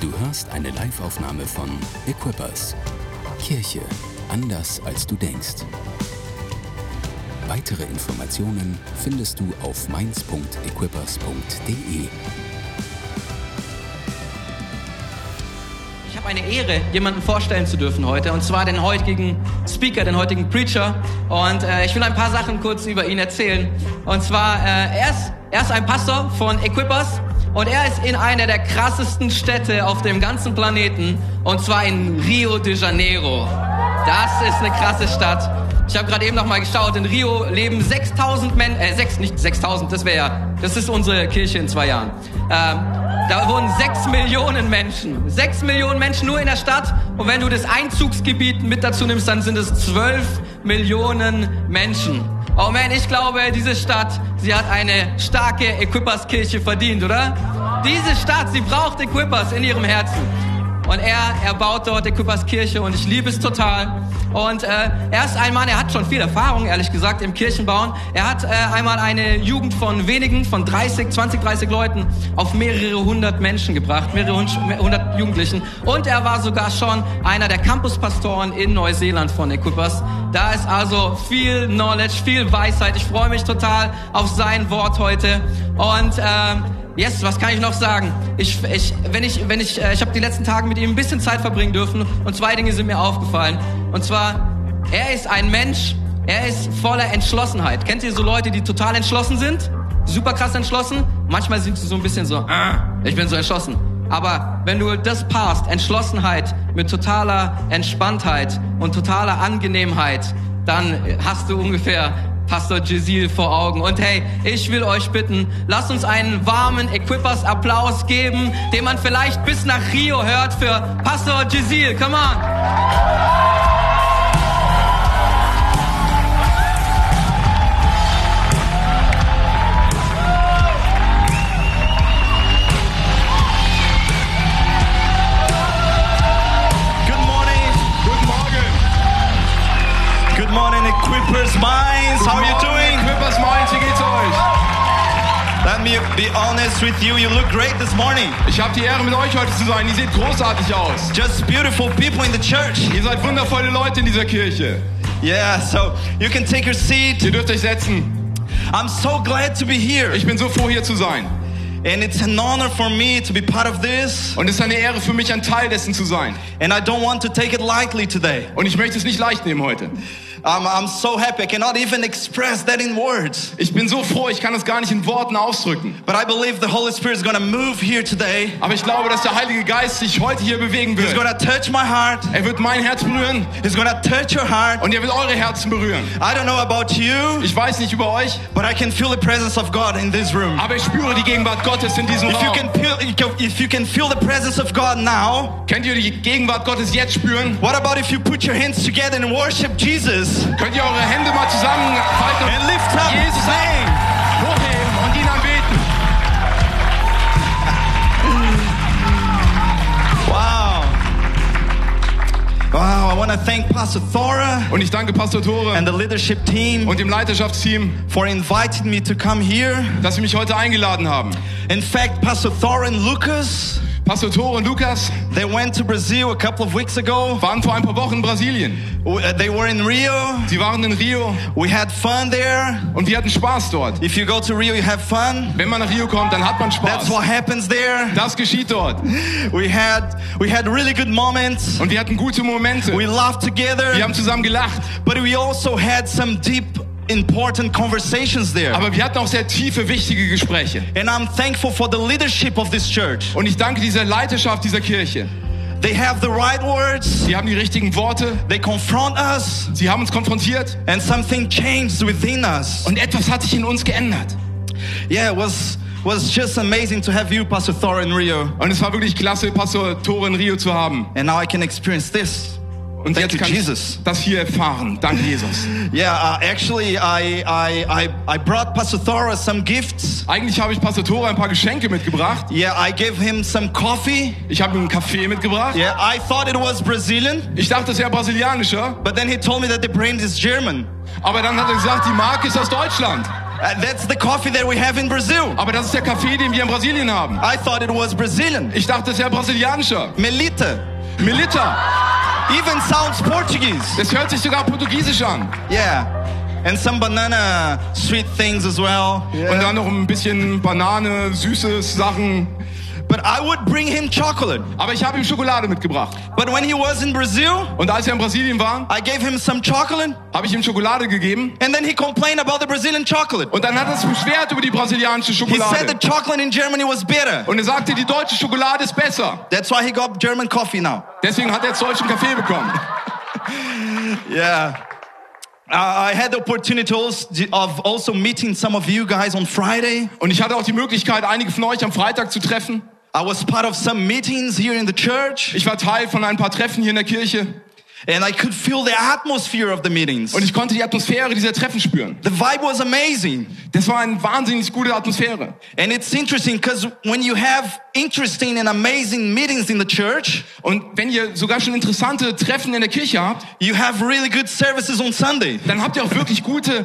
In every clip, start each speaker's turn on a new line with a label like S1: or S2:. S1: Du hörst eine Liveaufnahme von Equippers. Kirche anders als du denkst. Weitere Informationen findest du auf mainz.equippers.de.
S2: Ich habe eine Ehre, jemanden vorstellen zu dürfen heute, und zwar den heutigen Speaker, den heutigen Preacher. Und äh, ich will ein paar Sachen kurz über ihn erzählen. Und zwar, äh, er, ist, er ist ein Pastor von Equippers und er ist in einer der krassesten Städte auf dem ganzen Planeten, und zwar in Rio de Janeiro. Das ist eine krasse Stadt. Ich habe gerade eben noch mal geschaut, in Rio leben 6000 Menschen, äh, 6, nicht 6000, das wäre ja, das ist unsere Kirche in zwei Jahren. Ähm, da wohnen sechs Millionen Menschen. Sechs Millionen Menschen nur in der Stadt. Und wenn du das Einzugsgebiet mit dazu nimmst, dann sind es zwölf Millionen Menschen. Oh man, ich glaube, diese Stadt, sie hat eine starke Equippers-Kirche verdient, oder? Diese Stadt, sie braucht Equippers in ihrem Herzen. Und er, er baut dort der Küppers Kirche und ich liebe es total. Und äh, er ist ein Mann, er hat schon viel Erfahrung, ehrlich gesagt, im Kirchenbauen. Er hat äh, einmal eine Jugend von wenigen, von 30, 20, 30 Leuten auf mehrere hundert Menschen gebracht, mehrere hun- hundert Jugendlichen. Und er war sogar schon einer der Campuspastoren in Neuseeland von Equippers. Da ist also viel Knowledge, viel Weisheit. Ich freue mich total auf sein Wort heute. Und ähm, Yes, was kann ich noch sagen? Ich, ich, wenn ich, wenn ich, äh, ich habe die letzten Tage mit ihm ein bisschen Zeit verbringen dürfen und zwei Dinge sind mir aufgefallen. Und zwar, er ist ein Mensch, er ist voller Entschlossenheit. Kennt ihr so Leute, die total entschlossen sind? Super krass entschlossen? Manchmal sind sie so ein bisschen so, ah, ich bin so entschlossen. Aber wenn du das passt, Entschlossenheit mit totaler Entspanntheit und totaler Angenehmheit, dann hast du ungefähr Pastor Jesil vor Augen. Und hey, ich will euch bitten, lasst uns einen warmen Equippers Applaus geben, den man vielleicht bis nach Rio hört für Pastor Jesil. Come on!
S3: Good morning.
S4: Guten Morgen.
S3: Good morning, Equippers Minds. How are you doing?
S4: Equippers Minds, wie geht's euch?
S3: Let me be honest with you. You look great this morning.
S4: Ich habe die Ehre, mit euch heute zu sein. Ihr seht großartig aus.
S3: Just beautiful people in the church.
S4: Ihr seid wundervolle Leute in dieser Kirche.
S3: Yeah, so you can take your seat.
S4: Ihr dürft euch setzen.
S3: I'm so glad to be here.
S4: Ich bin so froh, hier zu sein.
S3: And it's an honor for me to be part of this.
S4: Und es ist eine Ehre für mich, ein Teil dessen zu sein.
S3: And I don't want to take it lightly today.
S4: Und ich möchte es nicht leicht nehmen heute.
S3: I'm, I'm so happy. I cannot even express that in words.
S4: Ich bin so froh, ich kann es gar nicht in Worten ausdrücken.
S3: But I believe the Holy Spirit is going to move here today.
S4: Aber ich glaube, dass der Heilige Geist sich heute hier bewegen
S3: He's
S4: wird.
S3: going to touch my heart.
S4: Er wird mein Herz berühren
S3: He's going to touch your heart.
S4: und er wird eure Herzen berühren.
S3: I don't know about you,
S4: Ich weiß nicht über euch,
S3: but I can feel the presence of God in this room.
S4: aber ich spüre die Gegenwart Gottes in diesem
S3: If you
S4: Raum.
S3: can feel, if you can feel the presence of God now,
S4: Könnt ihr die Gegenwart Gottes jetzt spüren?
S3: what about if you put your hands together and worship Jesus
S4: Könnt ihr eure Hände mal zusammenfalten
S3: and
S4: und
S3: lift up His
S4: Jesus
S3: name?
S4: hochheben und ihn anbeten?
S3: Wow! Wow! I want to thank Pastor Thora
S4: Und ich danke Pastor Tore
S3: and the leadership team
S4: und dem Leiterschaftsteam,
S3: for inviting me to come here.
S4: dass sie mich heute eingeladen haben.
S3: In fact, Pastor Thora and Lucas
S4: Pastor Tore und Lukas
S3: they went to Brazil a couple of weeks ago.
S4: waren vor ein paar Wochen in Brasilien.
S3: W- uh, They were in Rio.
S4: Sie waren in Rio
S3: We had fun there.
S4: und wir hatten Spaß dort.
S3: If you go to Rio, you have fun.
S4: Wenn man nach Rio kommt, dann hat man
S3: That's
S4: Spaß.
S3: what happens there.
S4: Das geschieht dort.
S3: We had we had really good moments.
S4: Und wir hatten gute Momente.
S3: We laughed together,
S4: Wir haben zusammen gelacht.
S3: but we also had some deep, important conversations there.
S4: Aber wir hatten auch sehr tiefe, wichtige Gespräche.
S3: And I'm thankful for the leadership of this church.
S4: Und ich danke dieser Leiterschaft dieser Kirche.
S3: They have the right words.
S4: Sie haben die richtigen Worte.
S3: They confront us,
S4: Sie haben uns konfrontiert.
S3: and something changed within us.
S4: Und etwas hat sich in uns geändert.
S3: Yeah, it was was just amazing to have you, Pastor Thor, in Rio.
S4: Und es war wirklich klasse, Pastor Tore in Rio zu haben.
S3: And now I can experience this.
S4: Und
S3: Thank
S4: jetzt
S3: you,
S4: kann
S3: Jesus.
S4: ich das hier erfahren. Dank Jesus.
S3: Yeah, uh, actually, I I I, I brought Pastor Thor some gifts.
S4: Eigentlich habe ich Pastor Tore ein paar Geschenke mitgebracht.
S3: Yeah, I gave him some coffee.
S4: Ich habe ihm einen Kaffee mitgebracht.
S3: Yeah, I thought it was Brazilian,
S4: Ich dachte, es wäre brasilianischer.
S3: but then he told me that the brand is German.
S4: Aber dann hat er gesagt, die Marke ist aus Deutschland.
S3: Uh, that's the coffee that we have in Brazil.
S4: Aber das ist der Kaffee, den wir in Brasilien haben.
S3: I thought it was Brazilian.
S4: Ich dachte, es wäre brasilianischer.
S3: Melita
S4: Melita.
S3: even sounds Portuguese.
S4: Das hört sich sogar portugiesisch an.
S3: Yeah. And some banana sweet things as well.
S4: Und dann noch ein bisschen Banane, süßes Sachen.
S3: But I would bring him chocolate.
S4: Aber ich habe ihm Schokolade mitgebracht.
S3: But when he was in Brazil,
S4: Und als wir in Brasilien waren,
S3: I gave him some chocolate
S4: habe ich ihm Schokolade gegeben.
S3: and then he complained about the Brazilian chocolate.
S4: Und dann hat er sich beschwert über die brasilianische
S3: He said the
S4: Schokolade.
S3: chocolate in Germany was bitter.
S4: Und er sagte, die deutsche Schokolade ist besser.
S3: That's why he got German coffee now.
S4: Deswegen hat er jetzt deutschen Kaffee bekommen.
S3: Yeah. Uh, I I had the opportunity als- of also meeting some of you guys on Friday.
S4: Und ich hatte auch die Möglichkeit, einige von euch am Freitag zu treffen.
S3: I was part of some meetings here in the church
S4: Ich war Teil von ein paar Treffen hier in der Kirche.
S3: and I could feel the atmosphere of the meetings.
S4: Und ich konnte die Atmosphäre dieser Treffen spüren.
S3: The vibe was amazing.
S4: Das war eine wahnsinnig gute Atmosphäre.
S3: And it's interesting because when you have interesting and amazing meetings in the church,
S4: Und wenn ihr sogar schon interessante Treffen in der Kirche habt,
S3: you have really good services on Sunday.
S4: dann habt ihr auch wirklich gute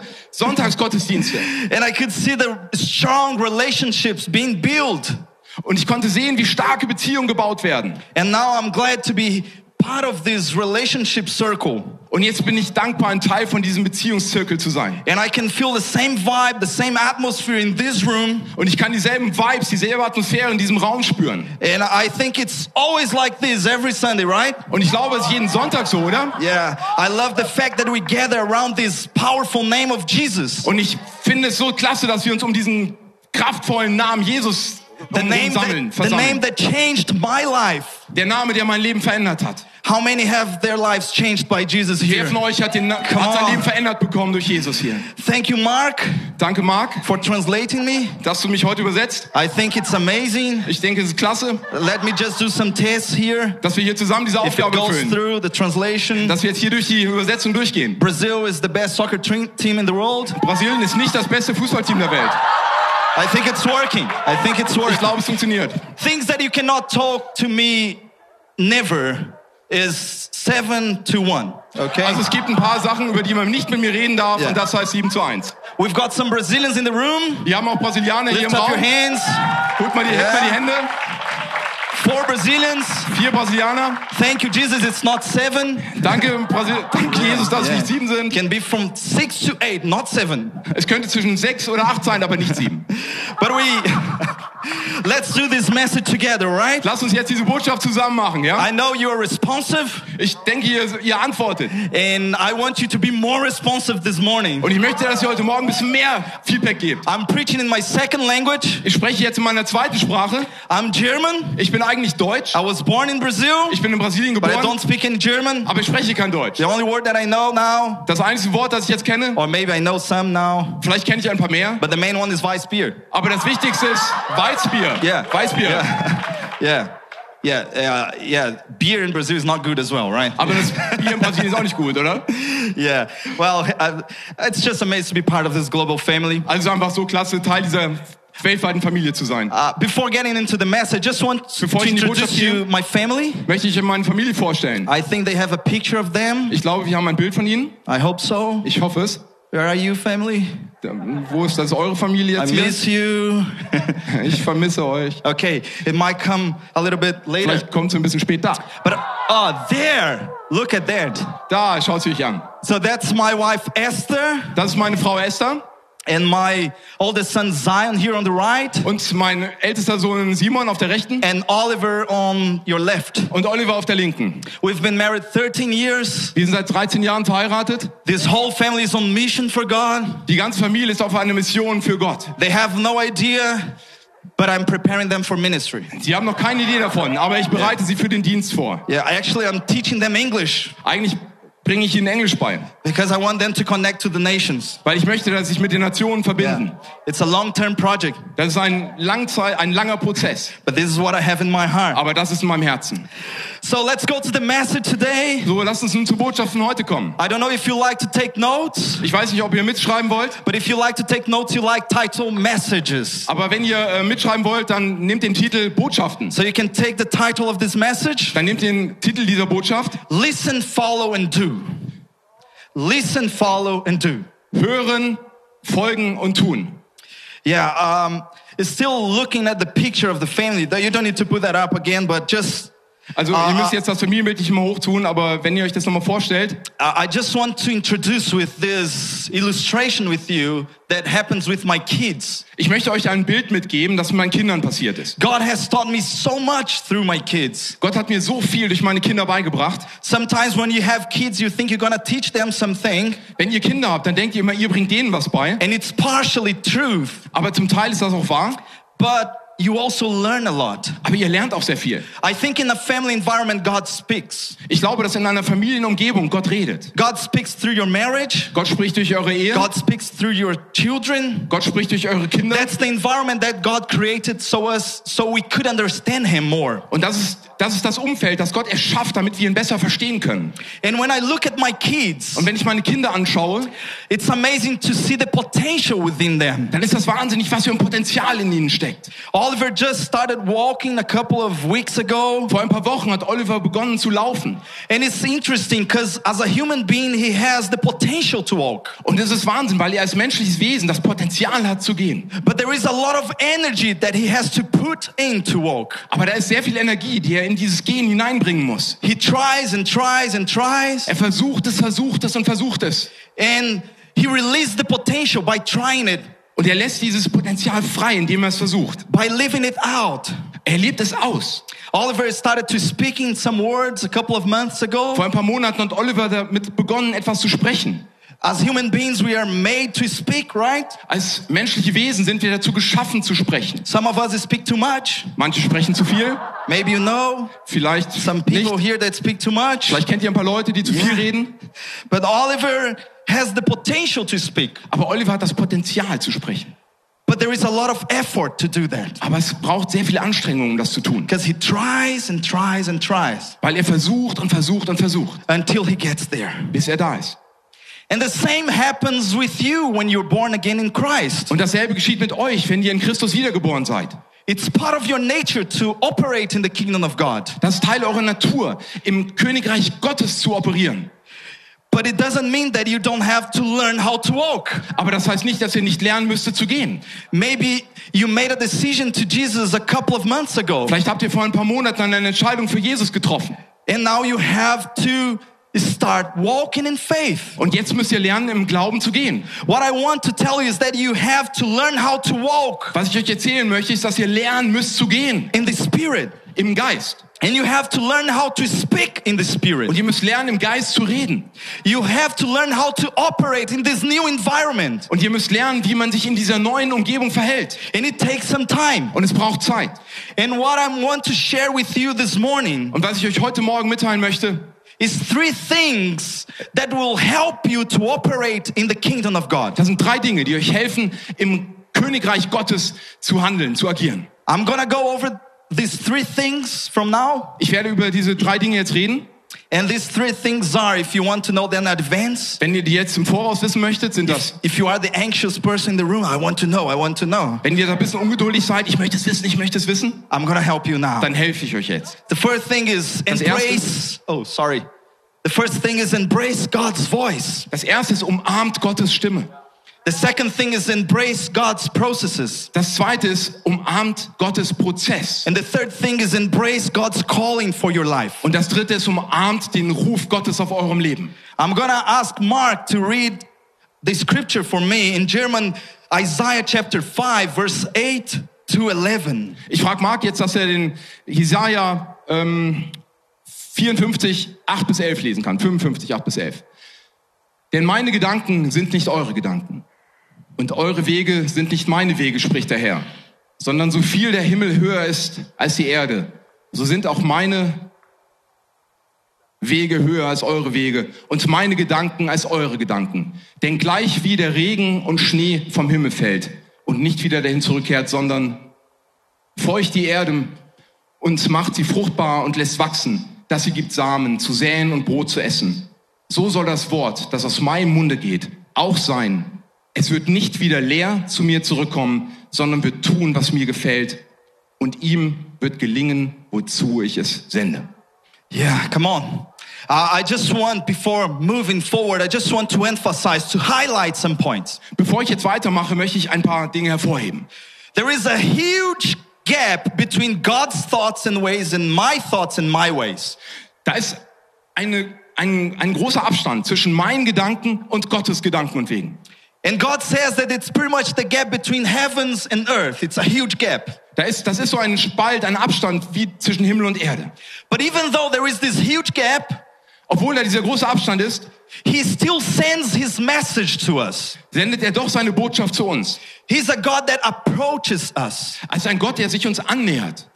S4: Sonntagsgottesdienste.
S3: And I could see the strong relationships being built.
S4: Und ich konnte sehen, wie starke Beziehungen gebaut werden.
S3: And now I'm glad to be part of this relationship circle.
S4: Und jetzt bin ich dankbar, ein Teil von diesem Beziehungszirkel zu sein.
S3: And I can feel the same vibe, the same atmosphere in this room.
S4: Und ich kann dieselben Vibes, dieselbe Atmosphäre in diesem Raum spüren.
S3: And I think it's always like this every Sunday, right?
S4: Und ich glaube, es ist jeden Sonntag so, oder?
S3: Yeah. I love the fact that we gather around this powerful name of Jesus.
S4: Und ich finde es so klasse, dass wir uns um diesen kraftvollen Namen Jesus
S3: The
S4: um den
S3: name,
S4: sammeln,
S3: that, the name
S4: versammeln.
S3: that changed my life.
S4: Der Name, der mein Leben verändert hat.
S3: How many have their lives changed by Jesus
S4: Wer
S3: here?
S4: von euch hat, den, Na-
S3: Come
S4: hat sein
S3: on.
S4: Leben verändert bekommen durch Jesus hier?
S3: Thank you, Mark,
S4: Danke, Marc,
S3: for translating me.
S4: dass du mich heute übersetzt.
S3: I think it's amazing.
S4: Ich denke, es ist klasse,
S3: Let me just do some tests here.
S4: dass wir hier zusammen diese
S3: If it
S4: Aufgabe
S3: goes
S4: erfüllen.
S3: through the translation,
S4: Dass wir jetzt hier durch die Übersetzung durchgehen.
S3: Brazil is the best soccer tre- team in the world.
S4: Brasilien ist nicht das beste Fußballteam der Welt.
S3: I think it's working. I think it's
S4: Ich
S3: working.
S4: glaube, es funktioniert.
S3: Things that you cannot talk to me never is seven to one. Okay.
S4: Also es gibt ein paar Sachen, über die man nicht mit mir reden darf
S3: Ja.
S4: und das heißt 7 zu 1.
S3: We've got some Brazilians in the room.
S4: Wir haben auch Brasilianer hier
S3: Lift
S4: im
S3: up your
S4: Raum.
S3: hands.
S4: Holt mal die, hebt
S3: Ja.
S4: mal die Hände.
S3: Four Brazilians.
S4: Vier Brasilianer.
S3: Thank you, Jesus. It's not seven.
S4: Danke, Brasil Danke Jesus, dass es
S3: Yeah.
S4: nicht sieben sind.
S3: Can be from six to eight, not seven.
S4: Es könnte zwischen sechs oder acht sein, aber nicht sieben.
S3: But we let's do this message together, right?
S4: Lasst uns jetzt diese Botschaft zusammen machen, ja?
S3: I know you are responsive,
S4: Ich denke, ihr, ihr antwortet.
S3: and I want you to be more responsive this morning.
S4: Und ich möchte, dass ihr heute Morgen ein bisschen mehr Feedback gebt.
S3: I'm preaching in my second language.
S4: Ich spreche jetzt in meiner zweiten Sprache.
S3: I'm German.
S4: Ich bin eigentlich Deutsch.
S3: I was born in Brazil,
S4: Ich bin in Brasilien
S3: but I don't
S4: geboren,
S3: speak any German.
S4: aber ich spreche kein Deutsch.
S3: The only word that I know now,
S4: Das einzige Wort, das ich jetzt kenne,
S3: or maybe I know some now,
S4: vielleicht kenne ich ein paar mehr,
S3: but the main one is vice beer.
S4: aber das Wichtigste ist Weißbier.
S3: Yeah.
S4: Weißbier.
S3: Yeah. yeah. Yeah, uh, yeah, beer in Brazil is not good as well, right?
S4: Aber das Bier in Brasilien ist auch nicht gut, oder?
S3: Yeah. Well, I, it's just amazing to be part of this global family.
S4: Also einfach so klasse, Teil dieser weltweiten Familie zu sein.
S3: Uh, before getting into the message, I just want
S4: Bevor
S3: to
S4: ich in die
S3: introduce
S4: Botschaft gehe-
S3: you my family.
S4: Möchte ich meine Familie vorstellen.
S3: I think they have a picture of them.
S4: Ich glaube, wir haben ein Bild von ihnen.
S3: I hope so.
S4: Ich hoffe es.
S3: Where are you, family?
S4: Wo ist das eure Familie
S3: I
S4: jetzt hier?
S3: miss you.
S4: Ich vermisse euch.
S3: okay, it might come a little bit later.
S4: Vielleicht kommt sie ein bisschen spät da.
S3: But oh, there! Look at that.
S4: Da, schaut sie euch an.
S3: So that's my wife Esther
S4: Das ist meine Frau Esther
S3: and my oldest son Zion here on the right,
S4: und mein ältester Sohn Simon auf der rechten
S3: and Oliver on your left.
S4: und Oliver auf der linken.
S3: We've been married 13 years.
S4: Wir sind seit 13 Jahren verheiratet.
S3: This whole family is on mission for God.
S4: Die ganze Familie ist auf einer Mission für Gott.
S3: They have no idea, but I'm preparing them for ministry.
S4: Sie haben noch keine Idee davon, aber ich bereite sie für den Dienst vor.
S3: Yeah, I actually I'm teaching them English
S4: Eigentlich bringe ich ihnen Englisch bei,
S3: because I want them to connect to the nations.
S4: weil ich möchte, dass sie sich mit den Nationen verbinden.
S3: Yeah. It's a long-term project,
S4: Das ist ein, Langzei ein langer Prozess,
S3: but this is what I have in my heart.
S4: aber das ist in meinem Herzen.
S3: So let's go to the message today.
S4: So, lasst uns nun zur Botschaft von heute kommen.
S3: I don't know if you like to take notes,
S4: Ich weiß nicht, ob ihr mitschreiben wollt,
S3: but if you like to take notes, you like title messages.
S4: aber wenn ihr äh, mitschreiben wollt, dann nehmt den Titel Botschaften.
S3: So you can take the title of this message,
S4: Dann nehmt den Titel dieser Botschaft
S3: listen, follow and do. Listen, follow and do.
S4: Hören, folgen und tun.
S3: Yeah, um, it's still looking at the picture of the family. That you don't need to put that up again, but just
S4: Also
S3: Ah,
S4: ihr müsst
S3: ah.
S4: jetzt das Familienbild nicht mehr hochtun, aber wenn ihr euch das nochmal vorstellt,
S3: uh, I just want to introduce with this illustration with you that happens with my kids.
S4: ich möchte euch ein Bild mitgeben, das mit meinen Kindern passiert ist.
S3: God has taught me so much through my kids.
S4: Gott hat mir so viel durch meine Kinder beigebracht.
S3: Sometimes when you have kids, you think you're gonna teach them something,
S4: Wenn ihr Kinder habt, dann denkt ihr immer, ihr bringt denen was bei.
S3: and it's partially truth,
S4: Aber zum Teil ist das auch wahr.
S3: but you also learn a lot.
S4: Aber ihr lernt auch sehr viel.
S3: I think in a family environment, God speaks.
S4: Ich glaube, dass in einer Familienumgebung Gott redet.
S3: God speaks through your marriage.
S4: Gott spricht durch eure Ehe.
S3: God speaks through your children.
S4: Gott spricht durch eure Kinder.
S3: That's the environment that God created so us so we could understand him more.
S4: Und das ist, das ist das Umfeld, das Gott erschafft, damit wir ihn besser verstehen können.
S3: And when I look at my kids,
S4: Und wenn ich meine Kinder anschaue,
S3: it's amazing to see the potential within them.
S4: dann ist das wahnsinnig, was für ein Potenzial in ihnen steckt.
S3: Oliver just started walking a couple of weeks ago,
S4: Vor ein paar Wochen hat Oliver begonnen zu laufen.
S3: and it's interesting cuz as a human being he has the potential to walk.
S4: Und das ist Wahnsinn, weil er als menschliches Wesen das Potenzial hat zu gehen.
S3: But there is a lot of energy that he has to put in to walk.
S4: Aber da ist sehr viel Energie, die er in dieses Gehen hineinbringen muss.
S3: He tries and tries and tries
S4: Er versucht es, versucht es und versucht es.
S3: and he released the potential by trying it,
S4: Und er lässt dieses Potenzial frei, indem er es versucht.
S3: by living it out.
S4: Er lebt es aus.
S3: Oliver started to speaking some words a couple of months
S4: Vor
S3: ago.
S4: ein paar Monaten hat Oliver damit begonnen, etwas zu sprechen.
S3: As human beings, we are made to speak, right?
S4: Als menschliche Wesen sind wir dazu geschaffen zu sprechen.
S3: Some of us speak too much.
S4: Manche sprechen zu viel,
S3: Maybe you know
S4: vielleicht
S3: some
S4: nicht.
S3: people here that speak too much.
S4: Vielleicht kennt ihr ein paar Leute, die zu viel
S3: Ja.
S4: reden.
S3: But Oliver has the potential to speak.
S4: Aber Oliver hat das Potenzial zu sprechen.
S3: But there is a lot of effort to do that
S4: Aber es braucht sehr viel Anstrengung, um das zu tun.
S3: because he tries and tries and tries
S4: Weil er versucht und versucht und versucht,
S3: until he gets there.
S4: bis er da ist.
S3: And the same happens with you when you're born again in Christ.
S4: Und dasselbe geschieht mit euch, wenn ihr in Christus wiedergeboren seid.
S3: It's part of your nature to operate in the kingdom of God.
S4: Das ist Teil eurer Natur, im Königreich Gottes zu operieren.
S3: But it doesn't mean that you don't have to learn how to walk.
S4: Aber das heißt nicht, dass ihr nicht lernen müsstet zu gehen.
S3: Maybe you made a decision to Jesus a couple of months ago,
S4: Vielleicht habt ihr vor ein paar Monaten eine Entscheidung für Jesus getroffen.
S3: and now you have to start walking in faith.
S4: Und jetzt müsst ihr lernen, im Glauben zu gehen.
S3: What I want to tell you is that you have to learn how to walk
S4: Was ich euch erzählen möchte, ist, dass ihr lernen müsst zu gehen.
S3: in the Spirit,
S4: Im Geist.
S3: and you have to learn how to speak in the
S4: Und
S3: Spirit.
S4: ihr müsst lernen, im Geist zu reden.
S3: You have to learn how to operate in this new environment,
S4: Und ihr müsst lernen, wie man sich in dieser neuen Umgebung verhält.
S3: and it takes some time.
S4: Und es braucht Zeit.
S3: And what I want to share with you this morning
S4: Und was ich euch heute Morgen mitteilen möchte,
S3: is three things that will help you to operate in the kingdom of God.
S4: das sind drei Dinge, die euch helfen, im Königreich Gottes zu handeln, zu agieren.
S3: I'm gonna go over these three things from now.
S4: Ich werde über diese drei Dinge jetzt reden.
S3: And these three things are if you want to know them in advance,
S4: Wenn ihr die jetzt im Voraus wissen möchtet, sind das.
S3: if you are the anxious person in the room, I want to know, I want to know.
S4: Wenn ihr da ein bisschen ungeduldig seid, ich möchte es wissen, ich möchte es wissen,
S3: I'm gonna help you now.
S4: dann helfe ich euch jetzt.
S3: The first thing is
S4: Das erste-
S3: embrace. Oh, sorry. The first thing is embrace God's voice.
S4: Das erste ist, umarmt Gottes Stimme.
S3: The second thing is embrace God's processes.
S4: Das zweite ist, umarmt Gottes Prozess.
S3: And the third thing is embrace God's calling for your life.
S4: Und das dritte ist, umarmt den Ruf Gottes auf eurem Leben.
S3: I'm gonna ask Mark to read the scripture for me in German, Isaiah chapter 5, verse 8 to 11.
S4: Ich frage Marc jetzt, dass er den Jesaja ähm, 54, 8 bis 11 lesen kann. 55, 8 bis 11. Denn meine Gedanken sind nicht eure Gedanken. Und eure Wege sind nicht meine Wege, spricht der Herr. Sondern so viel der Himmel höher ist als die Erde, so sind auch meine Wege höher als eure Wege und meine Gedanken als eure Gedanken. Denn gleich wie der Regen und Schnee vom Himmel fällt und nicht wieder dahin zurückkehrt, sondern feucht die Erde und macht sie fruchtbar und lässt wachsen, dass sie gibt Samen zu säen und Brot zu essen. So soll das Wort, das aus meinem Munde geht, auch sein. Es wird nicht wieder leer zu mir zurückkommen, sondern wird tun, was mir gefällt. Und ihm wird gelingen, wozu ich es sende.
S3: Yeah, come on. Uh, I just want, before moving forward, I just want to emphasize, to highlight some points.
S4: Bevor ich jetzt weitermache, möchte ich ein paar Dinge hervorheben.
S3: There is a huge gap between God's thoughts and ways and my thoughts and my ways.
S4: Da ist eine, ein, ein großer Abstand zwischen meinen Gedanken und Gottes Gedanken und Wegen.
S3: And God says that it's pretty much the gap between heavens and earth. It's a huge gap.
S4: Da ist, das ist so ein Spalt, ein Abstand wie zwischen Himmel und Erde.
S3: But even though there is this huge gap,
S4: Obwohl da dieser große Abstand ist,
S3: He still sends His message to us.
S4: sendet er doch seine Botschaft zu uns.
S3: He's a God that approaches us
S4: Als ein Gott, der sich uns annähert.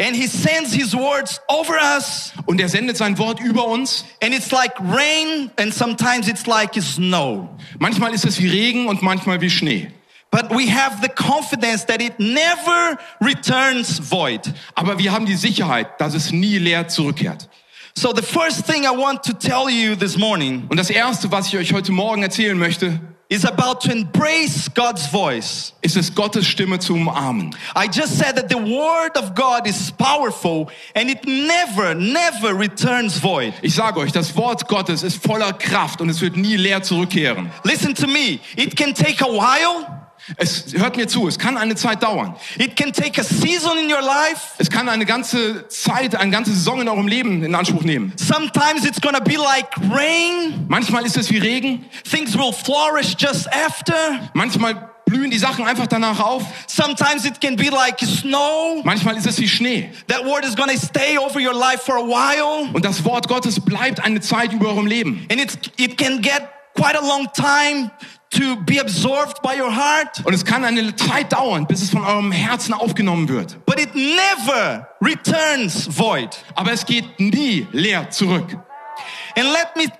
S3: and He sends His words over us.
S4: Und er sendet sein Wort über uns.
S3: And it's like rain and sometimes it's like snow.
S4: Manchmal ist es wie Regen und manchmal wie Schnee.
S3: But we have the confidence that it never returns void.
S4: Aber wir haben die Sicherheit, dass es nie leer zurückkehrt.
S3: So the first thing I want to tell you this morning
S4: Und das Erste, was ich euch heute Morgen erzählen möchte,
S3: is about to embrace God's voice.
S4: ist es, Gottes Stimme zu umarmen.
S3: I just said that the word of God is powerful and it never, never returns void.
S4: Ich sage euch, das Wort Gottes ist voller Kraft und es wird nie leer zurückkehren.
S3: Listen to me. It can take a while.
S4: Es hört mir zu, es kann eine Zeit dauern.
S3: It can take a season in your life.
S4: Es kann eine ganze Zeit, eine ganze Saison in eurem Leben in Anspruch nehmen.
S3: Sometimes it's going to be like rain.
S4: Manchmal ist es wie Regen,
S3: Things will flourish just after.
S4: manchmal blühen die Sachen einfach danach auf,
S3: Sometimes it can be like snow.
S4: manchmal ist es wie Schnee.
S3: That word is going to stay over your life for a while.
S4: Und das Wort Gottes bleibt eine Zeit über eurem Leben.
S3: And it's, it can get quite a long time to be absorbed by your heart.
S4: Und es kann eine Zeit dauern, bis es von eurem Herzen aufgenommen wird.
S3: But it never returns void.
S4: Aber es geht nie leer zurück.
S3: And let me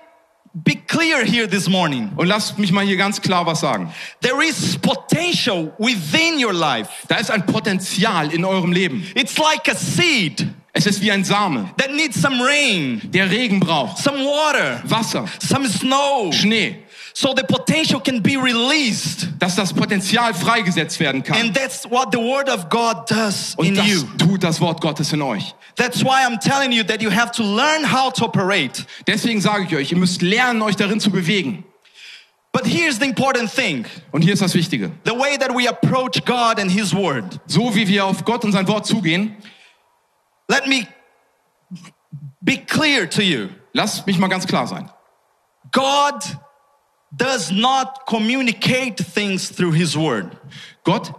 S3: be clear here this morning.
S4: Und lasst mich mal hier ganz klar was sagen.
S3: There is potential within your life.
S4: Da ist ein Potenzial in eurem Leben.
S3: It's like a seed
S4: Es ist wie ein Same,
S3: that needs some rain,
S4: der Regen braucht,
S3: some water,
S4: Wasser,
S3: some snow.
S4: Schnee,
S3: So the potential can be released.
S4: dass das Potenzial freigesetzt werden kann.
S3: And that's what the word of God does in
S4: Und das
S3: you.
S4: tut das Wort Gottes in euch.
S3: That's why I'm telling you that you have to learn how to operate.
S4: Deswegen sage ich euch, ihr müsst lernen, euch darin zu bewegen.
S3: But here's the important thing.
S4: Und hier ist das Wichtige.
S3: The way that we approach God and his word.
S4: So wie wir auf Gott und sein Wort zugehen,
S3: Let me be clear to you.
S4: lasst mich mal ganz klar sein.
S3: God does not communicate things through his word.
S4: Gott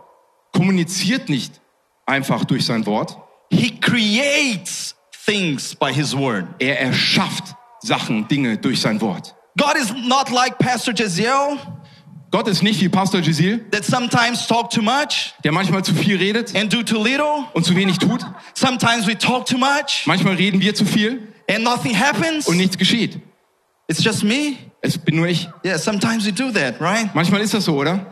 S4: kommuniziert nicht einfach durch sein Wort.
S3: He creates things by his word.
S4: Er erschafft Sachen, Dinge durch sein Wort.
S3: God is not like Pastor Jeziel
S4: Gott ist nicht wie Pastor Gisil,
S3: that sometimes talk too much
S4: der manchmal zu viel redet
S3: and do too little.
S4: und zu wenig tut.
S3: Sometimes we talk too much
S4: Manchmal reden wir zu viel
S3: and nothing happens.
S4: und nichts geschieht.
S3: It's just me.
S4: Es bin nur ich.
S3: Yeah, sometimes we do that, right?
S4: Manchmal ist das so, oder?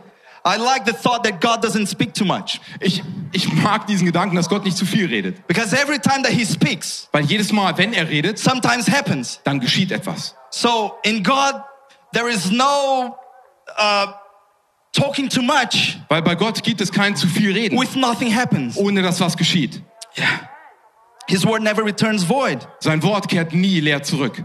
S3: I like the thought that God doesn't speak too much
S4: Ich, ich mag diesen Gedanken, dass Gott nicht zu viel redet.
S3: because every time that he speaks,
S4: Weil jedes Mal, wenn er redet,
S3: sometimes happens.
S4: dann geschieht etwas.
S3: So in God, there is no uh, talking too much
S4: Weil bei Gott gibt es kein zu viel reden,
S3: with nothing happens.
S4: ohne dass was geschieht.
S3: His word never returns void.
S4: Sein Wort kehrt nie leer zurück.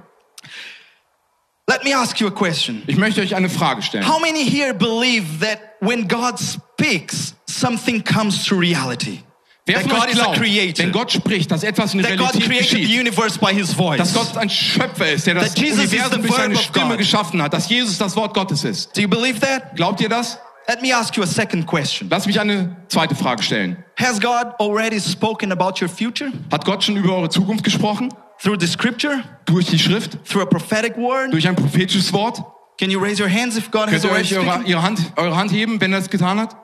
S3: Let me ask you a question.
S4: Ich möchte euch eine Frage stellen.
S3: How many here believe that when God speaks, something comes to reality?
S4: Wer
S3: that
S4: von
S3: God
S4: euch
S3: is a
S4: glaubt,
S3: creator.
S4: wenn Gott spricht, dass etwas in
S3: that God
S4: Realität
S3: created the
S4: geschieht,
S3: universe by his voice.
S4: dass Gott ein Schöpfer ist, der das
S3: That Jesus is the
S4: Universum durch
S3: verb
S4: seine
S3: of
S4: Stimme
S3: God.
S4: geschaffen hat, dass Jesus das Wort Gottes ist.
S3: Do you believe that?
S4: Glaubt ihr das?
S3: Let me ask you a second question.
S4: Lass mich eine zweite Frage stellen.
S3: Has God already spoken about your future
S4: Hat Gott schon über eure Zukunft gesprochen?
S3: through the scripture,
S4: Durch die Schrift?
S3: through a prophetic word?
S4: Durch ein prophetisches Wort?
S3: Can you raise your hands if God
S4: Könnt
S3: has
S4: ihr
S3: already
S4: euch
S3: spoken?
S4: eure, ihre Hand, eure Hand heben, wenn er es getan hat?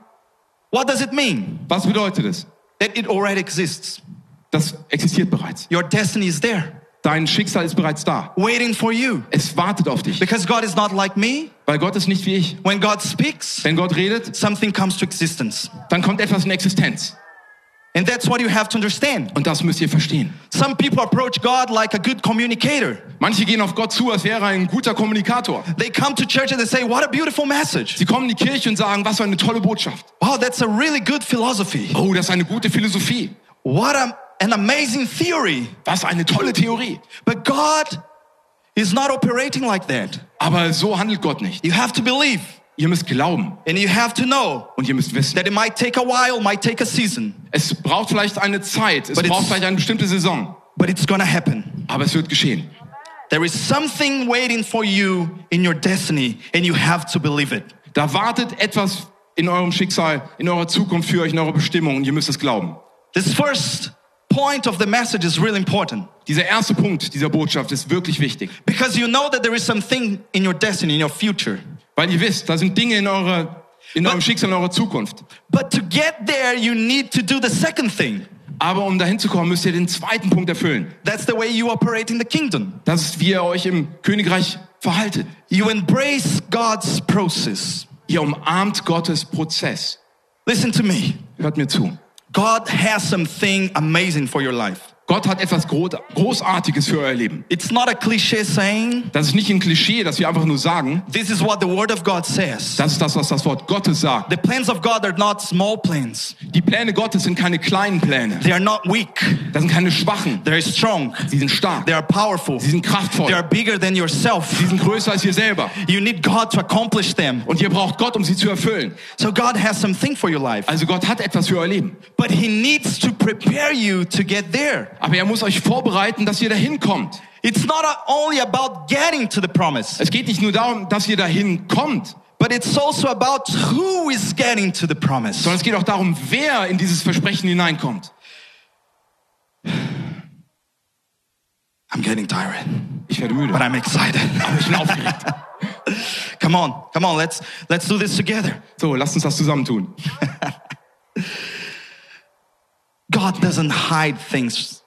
S3: What does it mean?
S4: Was bedeutet es?
S3: That it already exists.
S4: Das existiert bereits.
S3: Your destiny is there,
S4: Dein Schicksal ist bereits da.
S3: waiting for you.
S4: Es wartet auf dich.
S3: Because God is not like me.
S4: Weil Gott ist nicht wie ich.
S3: When God speaks,
S4: Wenn Gott redet,
S3: something comes to existence.
S4: dann kommt etwas in Existenz.
S3: And that's what you have to understand.
S4: Und das müsst ihr verstehen.
S3: Some people approach God like a good communicator.
S4: Manche gehen auf Gott zu, als wäre er ein guter Kommunikator.
S3: They come to church and they say, What a beautiful message.
S4: Sie kommen in die Kirche und sagen, was für eine tolle Botschaft.
S3: Wow, that's a really good philosophy.
S4: Oh, das ist eine gute Philosophie.
S3: What a, an amazing theory.
S4: Was eine tolle Theorie.
S3: But God He's not operating like that.
S4: Aber so handelt Gott nicht.
S3: You have to believe
S4: Ihr müsst glauben
S3: and you have to know
S4: und ihr müsst wissen.
S3: that it might take a while, might take a season,
S4: Es braucht vielleicht eine Zeit, es
S3: But it's-
S4: braucht vielleicht eine bestimmte Saison,
S3: but it's gonna happen.
S4: aber es wird geschehen.
S3: There is something waiting for you in your destiny and you have to believe it.
S4: Da wartet etwas in eurem Schicksal, in eurer Zukunft für euch, in eurer Bestimmung und ihr müsst es glauben.
S3: This first point of the message is really important
S4: Dieser erste Punkt dieser Botschaft ist wirklich wichtig,
S3: because you know that there is something in your destiny, in your future.
S4: weil ihr wisst, da sind Dinge in, eurer, in eurem Schicksal, in eurer Zukunft.
S3: But to get there, you need to do the second thing.
S4: Aber um dahin zu kommen, müsst ihr den zweiten Punkt erfüllen.
S3: That's the way you operate in the kingdom.
S4: Das ist, wie ihr euch im Königreich verhaltet.
S3: You embrace God's process.
S4: Ihr umarmt Gottes Prozess.
S3: Listen to me.
S4: Hört mir zu.
S3: God has something amazing for your life.
S4: Gott hat etwas Gro- Großartiges für euer Leben.
S3: It's not a cliche saying.
S4: Das ist nicht ein Klischee, dass wir einfach nur sagen.
S3: This is what the Word of God says.
S4: Das ist das, was das Wort Gottes sagt.
S3: The plans of God are not small plans,
S4: Die Pläne Gottes sind keine kleinen Pläne.
S3: they are not weak.
S4: Das sind keine Schwachen.
S3: They're strong,
S4: Sie sind stark.
S3: they are powerful,
S4: Sie sind kraftvoll.
S3: they are
S4: Sie
S3: bigger than yourself.
S4: sind größer als ihr selber.
S3: You need God to accomplish them.
S4: Und ihr braucht Gott, um sie zu erfüllen.
S3: So God has something for your life,
S4: Also Gott hat etwas für euer Leben.
S3: but He needs to prepare you to get there.
S4: Aber er muss euch vorbereiten, dass ihr dahin kommt.
S3: It's not uh, only about getting to the promise,
S4: Es geht nicht nur darum, dass ihr dahin kommt,
S3: but it's also about who is getting to the promise.
S4: sondern es geht auch darum, wer in dieses Versprechen hineinkommt.
S3: I'm getting tired,
S4: Ich werde müde.
S3: but I'm excited.
S4: Ich bin aufgeregt.
S3: come on, come on, let's let's do this together.
S4: So, lasst uns das zusammen tun.
S3: God doesn't hide things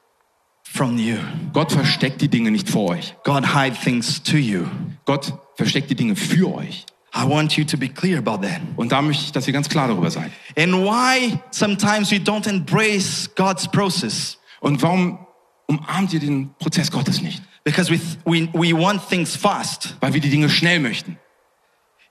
S3: from you.
S4: Gott versteckt die Dinge nicht vor euch.
S3: God hides things to you.
S4: Gott versteckt die Dinge für euch.
S3: I want you to be clear about that.
S4: Und da möchte ich, dass ihr ganz klar darüber seid.
S3: And why sometimes you don't embrace God's process
S4: Und warum umarmt ihr den Prozess Gottes nicht?
S3: because we th- we we want things fast.
S4: Weil wir die Dinge schnell möchten.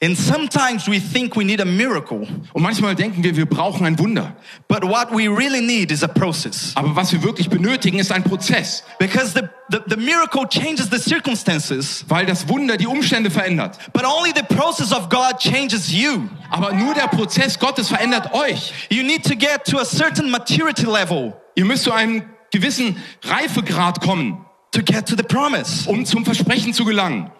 S3: And sometimes we think we need a miracle,
S4: Und manchmal denken wir, wir brauchen ein Wunder.
S3: but what we really need is a process.
S4: Aber was wir wirklich benötigen, ist ein Prozess.
S3: Because the, the, the miracle changes the circumstances,
S4: Weil das Wunder die Umstände verändert.
S3: but only the process of God changes you.
S4: Aber nur der Prozess Gottes verändert euch.
S3: You need to get to a certain maturity level
S4: Ihr müsst zu einem gewissen Reifegrad kommen,
S3: to get to the promise.
S4: um zum Versprechen zu gelangen.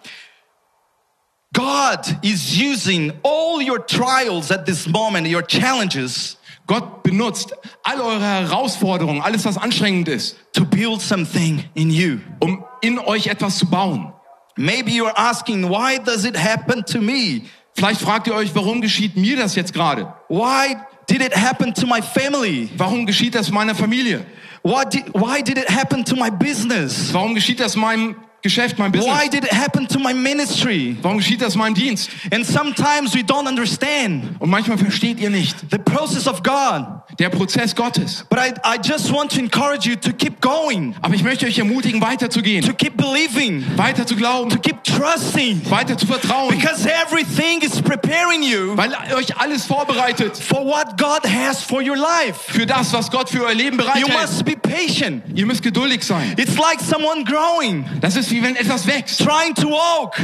S3: God is using all your trials at this moment, your challenges,
S4: Gott benutzt all eure Herausforderungen, alles, was anstrengend ist,
S3: to build something in you.
S4: um in euch etwas zu bauen.
S3: Maybe you're asking, why does it happen to me?
S4: Vielleicht fragt ihr euch, warum geschieht mir das jetzt gerade?
S3: Why did it happen to my family?
S4: Warum geschieht das meiner Familie?
S3: Why did, why did it happen to my business?
S4: Warum geschieht das meinem Geschäft, meinem Business?
S3: Why did it happen to my ministry?
S4: Warum geschieht das meinem Dienst?
S3: And sometimes we don't understand
S4: Und manchmal versteht ihr nicht
S3: the process of God.
S4: der Prozess Gottes.
S3: But I, I just want to encourage you to keep going,
S4: Aber ich möchte euch ermutigen, weiterzugehen,
S3: to keep believing,
S4: weiter zu glauben,
S3: to keep trusting,
S4: weiter zu vertrauen,
S3: because everything is preparing you
S4: weil euch alles vorbereitet
S3: for what God has for your life.
S4: für das, was Gott für euer Leben
S3: You
S4: bereithält.
S3: must be patient.
S4: Ihr müsst geduldig sein.
S3: It's like someone growing,
S4: Das ist wie wenn etwas wächst.
S3: trying to walk.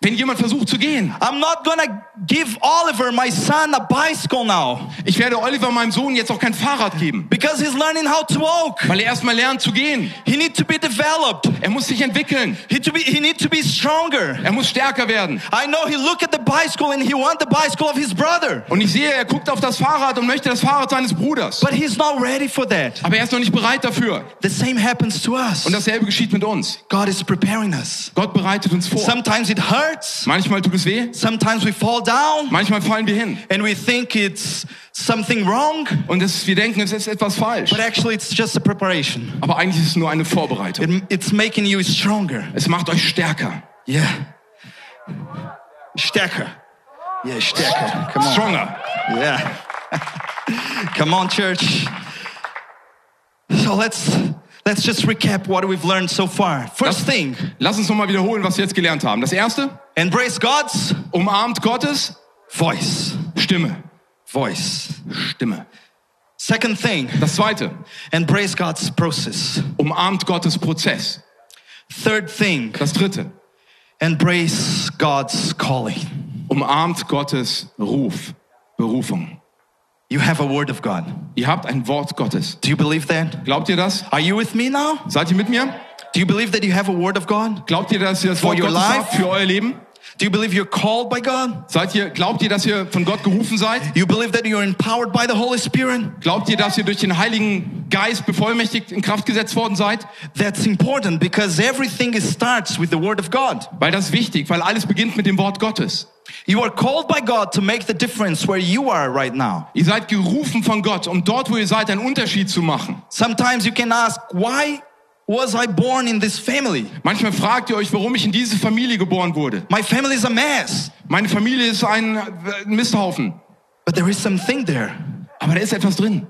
S4: Wenn jemand versucht zu gehen.
S3: I'm not gonna give Oliver, my son, a bicycle now
S4: Ich werde Oliver, meinem Sohn, jetzt auch kein Fahrrad geben,
S3: because he's learning how to walk.
S4: weil er erstmal lernt zu gehen.
S3: He need to be developed.
S4: Er muss sich entwickeln.
S3: He to be he need to be stronger.
S4: Er muss stärker werden.
S3: I know he looked at the bicycle and he want the bicycle of his brother.
S4: Und ich sehe, er guckt auf das Fahrrad und möchte das Fahrrad seines Bruders.
S3: But he's not ready for that.
S4: Aber er ist noch nicht bereit dafür.
S3: The same happens to us.
S4: Und dasselbe geschieht mit uns.
S3: God is preparing us.
S4: Gott bereitet uns vor.
S3: Sometimes it hurts.
S4: Manchmal tut es weh,
S3: Sometimes we fall down
S4: manchmal fallen wir hin.
S3: and we think it's something wrong,
S4: Und es, wir denken, es ist etwas falsch.
S3: but actually it's just a preparation.
S4: Aber eigentlich ist es nur eine Vorbereitung.
S3: It, it's making you stronger.
S4: Es macht euch stärker.
S3: Yeah. Stärker. Yeah, stärker. Come on.
S4: Stronger.
S3: Yeah. Come on, church. So let's let's just recap what we've learned so far. First thing,
S4: Lass uns nochmal wiederholen, was wir jetzt gelernt haben. Das erste,
S3: embrace God's
S4: umarmt Gottes
S3: voice.
S4: Stimme.
S3: Voice.
S4: Stimme.
S3: Second thing,
S4: Das zweite,
S3: embrace God's process.
S4: umarmt Gottes Prozess.
S3: Third thing,
S4: Das dritte,
S3: embrace God's calling.
S4: umarmt Gottes Ruf, Berufung.
S3: You have a word of God.
S4: Ihr habt ein Wort Gottes.
S3: Do you believe that?
S4: Glaubt ihr das?
S3: Are you with me now?
S4: Seid ihr mit mir?
S3: Do you believe that you have a word of God?
S4: Glaubt ihr, dass ihr das
S3: For
S4: Wort
S3: your
S4: Gottes
S3: life?
S4: habt für euer Leben?
S3: Do you believe you're called by God?
S4: Seid ihr, glaubt ihr, dass ihr von Gott gerufen seid?
S3: You believe that you're empowered by the Holy Spirit?
S4: Glaubt ihr, dass ihr durch den Heiligen Geist bevollmächtigt in Kraft gesetzt worden seid?
S3: That's important because everything is- starts with the word of God.
S4: Weil das ist wichtig, weil alles beginnt mit dem Wort Gottes.
S3: You are called by God to make the difference where you are right now.
S4: Ihr seid gerufen von Gott, um dort, wo ihr seid, einen Unterschied zu machen.
S3: Sometimes you can ask, why was I born in this family?
S4: Manchmal fragt ihr euch, warum ich in diese Familie geboren wurde.
S3: My family is a mess.
S4: Meine Familie ist ein äh, Misthaufen.
S3: But there is something there.
S4: Aber da ist etwas drin.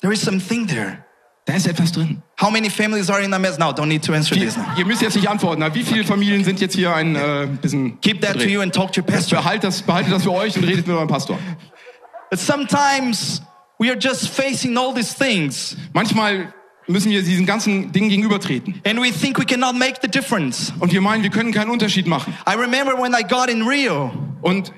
S3: There is something there.
S4: Da ist etwas drin.
S3: How many families are in a mess now? Don't need to answer
S4: Die,
S3: this now.
S4: ihr müsst jetzt nicht antworten. Na, wie viele Familien sind jetzt hier ein äh, bisschen...
S3: Keep that to
S4: verdreht?
S3: you and talk to your pastor.
S4: Behalt das, behaltet das für euch und redet mit eurem Pastor.
S3: But sometimes we are just facing all these things
S4: Manchmal müssen wir diesen ganzen Dingen gegenübertreten.
S3: and we think we cannot make the difference.
S4: Und wir meinen, wir können keinen Unterschied machen.
S3: I remember when I got in Rio.
S4: Und,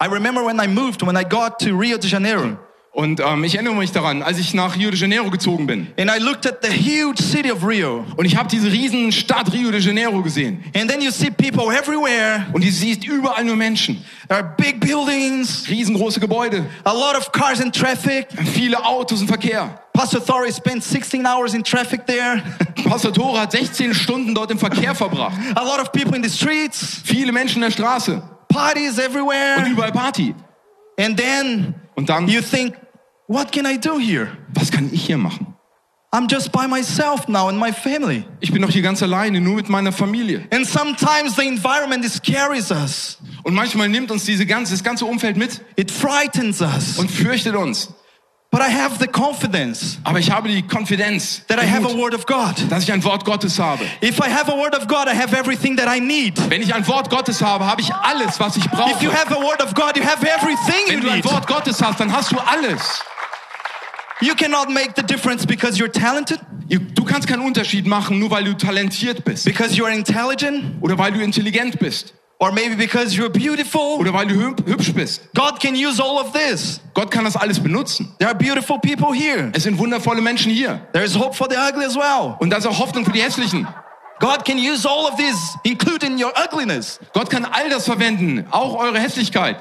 S3: I remember when I moved, when I got to Rio de Janeiro.
S4: und ähm, ich erinnere mich daran, als ich nach Rio de Janeiro gezogen bin.
S3: And I looked at the huge city of Rio.
S4: Und ich habe diese riesen Stadt Rio de Janeiro gesehen.
S3: And then you see people everywhere.
S4: Und ihr siehst überall nur Menschen.
S3: There are big buildings,
S4: Riesengroße Gebäude,
S3: a lot of cars in traffic.
S4: viele Autos im Verkehr.
S3: Pastor Thori spent 16 hours in traffic there.
S4: Pastor Tore hat 16 Stunden dort im Verkehr verbracht.
S3: a lot of people in the streets,
S4: Viele Menschen in der Straße
S3: parties
S4: und
S3: everywhere.
S4: überall Party.
S3: And then
S4: Und dann,
S3: you think, what can I do here?
S4: was kann ich hier machen?
S3: I'm just by myself now and my family.
S4: Ich bin doch hier ganz alleine, nur mit meiner Familie.
S3: And sometimes the environment is carries us.
S4: Und manchmal nimmt uns diese ganze, das ganze Umfeld mit
S3: It frightens us.
S4: und fürchtet uns.
S3: But I have the confidence
S4: Aber ich habe die Konfidenz,
S3: that I
S4: den
S3: have a
S4: Mut,
S3: word of God.
S4: dass ich ein Wort Gottes habe.
S3: If I have a word of God, I have everything that I need.
S4: Wenn ich ein Wort Gottes habe, habe ich alles, was ich
S3: If you
S4: brauche.
S3: have a word of God, you have everything you
S4: Wenn du ein
S3: need.
S4: Wort Gottes hast, dann hast du alles.
S3: You cannot make the difference because you're talented,
S4: Ihr- Du kannst keinen Unterschied machen, nur weil du talentiert bist.
S3: because you're intelligent,
S4: Oder weil du intelligent bist.
S3: or maybe because you're beautiful.
S4: Oder weil du hüb- hübsch bist.
S3: God can use all of this.
S4: Gott kann das alles benutzen.
S3: There are beautiful people here.
S4: Es sind wundervolle Menschen hier.
S3: There is hope for the ugly as well.
S4: Und da ist auch Hoffnung für die Hässlichen.
S3: God can use all of this, including your ugliness.
S4: Gott kann all das verwenden, auch eure Hässlichkeit.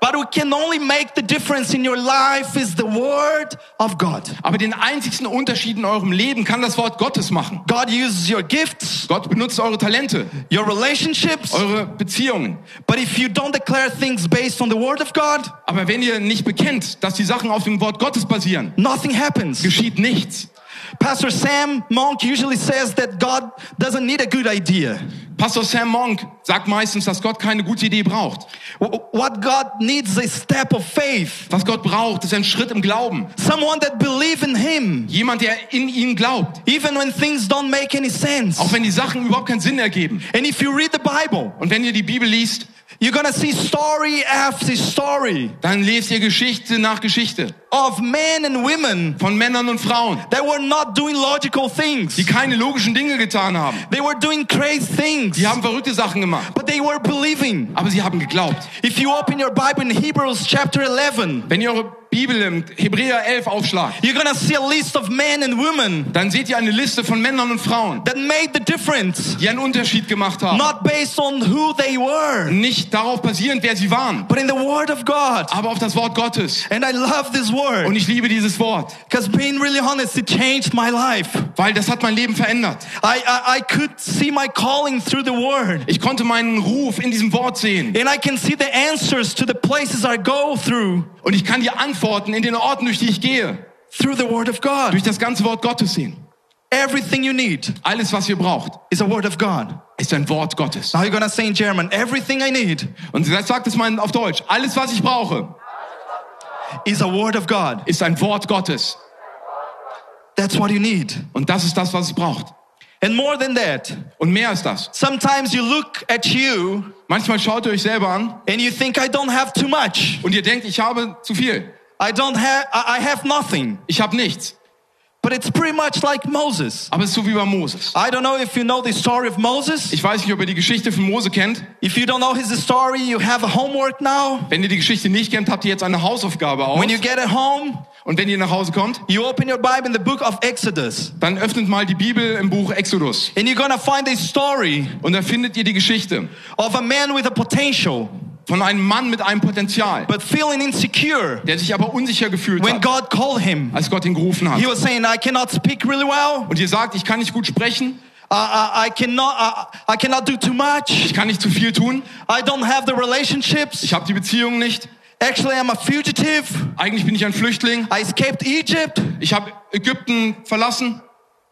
S3: But we can only make the difference in your life is the word of God.
S4: Aber den einzigsten Unterschied in eurem Leben kann das Wort Gottes machen.
S3: God uses your gifts,
S4: Gott benutzt eure Talente,
S3: your relationships.
S4: eure Beziehungen.
S3: But if you don't declare things based on the word of God,
S4: Aber wenn ihr nicht bekennt, dass die Sachen auf dem Wort Gottes basieren,
S3: nothing happens.
S4: geschieht nichts.
S3: Pastor Sam Monk usually says that God doesn't need a good idea.
S4: Pastor Sam Monk sagt meistens, dass Gott keine gute Idee braucht.
S3: W- What God needs is a step of faith,
S4: Was Gott braucht, ist ein Schritt im Glauben.
S3: someone that believes in Him,
S4: Jemand, der in ihn glaubt.
S3: even when things don't make any sense.
S4: Auch wenn die Sachen überhaupt keinen Sinn ergeben.
S3: And if you read the Bible,
S4: Und wenn ihr die Bibel liest,
S3: you're gonna see story after story
S4: dann lest ihr Geschichte nach Geschichte
S3: of men and women
S4: von Männern und Frauen,
S3: that were not doing logical things.
S4: die keine logischen Dinge getan haben.
S3: They were doing crazy things,
S4: Die haben verrückte Sachen gemacht,
S3: but they were believing.
S4: aber sie haben geglaubt.
S3: If you open your Bible in Hebrews chapter 11,
S4: Wenn ihr eure Bibel im Hebräer 11 aufschlagt,
S3: you're gonna see a list of men and women
S4: dann seht ihr eine Liste von Männern und Frauen,
S3: that made the difference.
S4: die einen Unterschied gemacht haben.
S3: not based on who they were,
S4: Nicht darauf basierend, wer sie waren,
S3: but in the Word of God.
S4: aber auf das Wort Gottes.
S3: And I love this
S4: Und
S3: word
S4: ich liebe dieses Wort,
S3: because, being really honest, it changed my life.
S4: weil das hat mein Leben verändert.
S3: I, I, I could see my calling through the Word,
S4: Ich konnte meinen Ruf in diesem Wort sehen
S3: and I can see the answers to the places I go through
S4: und ich kann die Antworten in den Orten, durch die ich gehe,
S3: through the Word of God.
S4: durch das ganze Wort Gottes sehen.
S3: Everything you need
S4: Alles, was ihr braucht,
S3: is a Word of God.
S4: ist ein Wort Gottes.
S3: Now you're gonna say in German, everything I need
S4: Und das sagt es mal auf Deutsch. Alles, was ich brauche,
S3: is a Word of God.
S4: ist ein Wort Gottes.
S3: That's what you need.
S4: Und das ist das, was es braucht.
S3: And more than that,
S4: Und mehr ist das.
S3: sometimes you look at you
S4: Manchmal schaut ihr euch selber an
S3: and you think, I don't have too much.
S4: und ihr denkt, ich habe zu viel.
S3: I don't have, I I have nothing.
S4: Ich habe nichts.
S3: But it's pretty much like Moses.
S4: Aber es ist so wie bei Moses.
S3: I don't know if you know the story of Moses.
S4: Ich weiß nicht, ob ihr die Geschichte von Mose kennt.
S3: If you don't know his story, you have a homework now.
S4: Wenn ihr die Geschichte nicht kennt, habt ihr jetzt eine Hausaufgabe auf.
S3: When you get at home,
S4: Und wenn ihr nach Hause kommt,
S3: you open your Bible in the book of Exodus.
S4: dann öffnet mal die Bibel im Buch Exodus.
S3: And you're gonna find a story
S4: Und da findet ihr die Geschichte
S3: of a man with a potential,
S4: von einem Mann mit einem Potenzial,
S3: but feeling insecure
S4: der sich aber unsicher gefühlt
S3: when
S4: hat,
S3: God called him.
S4: als Gott ihn gerufen hat.
S3: He was saying, I cannot speak really well.
S4: Und ihr sagt, ich kann nicht gut sprechen,
S3: I, I, I cannot, I, I cannot do too much.
S4: ich kann nicht zu viel tun,
S3: I don't have the relationships.
S4: ich habe die Beziehung nicht,
S3: Actually, I'm a fugitive.
S4: eigentlich bin ich ein Flüchtling,
S3: I escaped Egypt
S4: ich habe Ägypten verlassen,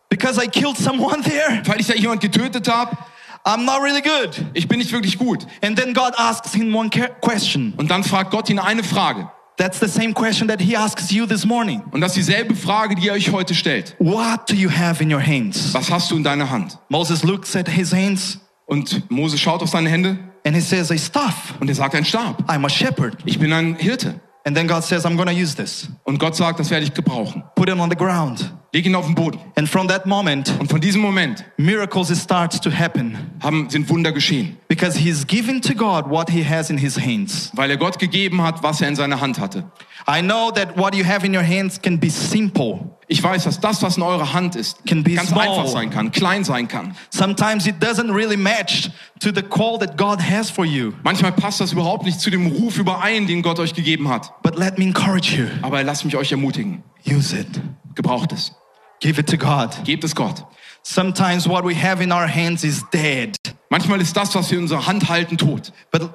S3: because I killed someone there.
S4: weil ich da jemand getötet habe.
S3: I'm not really good.
S4: Ich bin nicht wirklich gut.
S3: And then God asks him one ca- question.
S4: Und dann fragt Gott ihn eine Frage.
S3: That's the same question that he asks you this morning.
S4: Und das ist dieselbe Frage, die er euch heute stellt.
S3: What do you have in your hands?
S4: Was hast du in deiner Hand?
S3: Moses looks at his hands
S4: Und Mose schaut auf seine Hände
S3: and he says, A staff.
S4: und er sagt, ein Stab.
S3: I'm a shepherd.
S4: Ich bin ein Hirte.
S3: And then God says, I'm going to use this.
S4: Und Gott sagt, das werde ich gebrauchen.
S3: Put it on the ground.
S4: Leg ihn auf den Boden.
S3: And from that moment,
S4: Und von diesem Moment
S3: miracles start to happen
S4: haben, sind Wunder geschehen,
S3: because he's giving to God what he has in his hands.
S4: weil er Gott gegeben hat, was er in seiner Hand hatte.
S3: I know that what you have in your hands can be simple.
S4: Ich weiß, dass das, was in eurer Hand ist,
S3: Can be
S4: ganz
S3: small.
S4: einfach sein kann, klein sein kann.
S3: Sometimes it doesn't really match to the call that God has for you.
S4: Manchmal passt das überhaupt nicht zu dem Ruf überein, den Gott euch gegeben hat.
S3: But let me encourage you
S4: Aber lasst mich euch ermutigen.
S3: use it,
S4: Gebraucht es.
S3: give it to God.
S4: Gebt es Gott.
S3: Sometimes what we have in our hands is dead.
S4: Manchmal ist das, was wir in unserer Hand halten, tot.
S3: But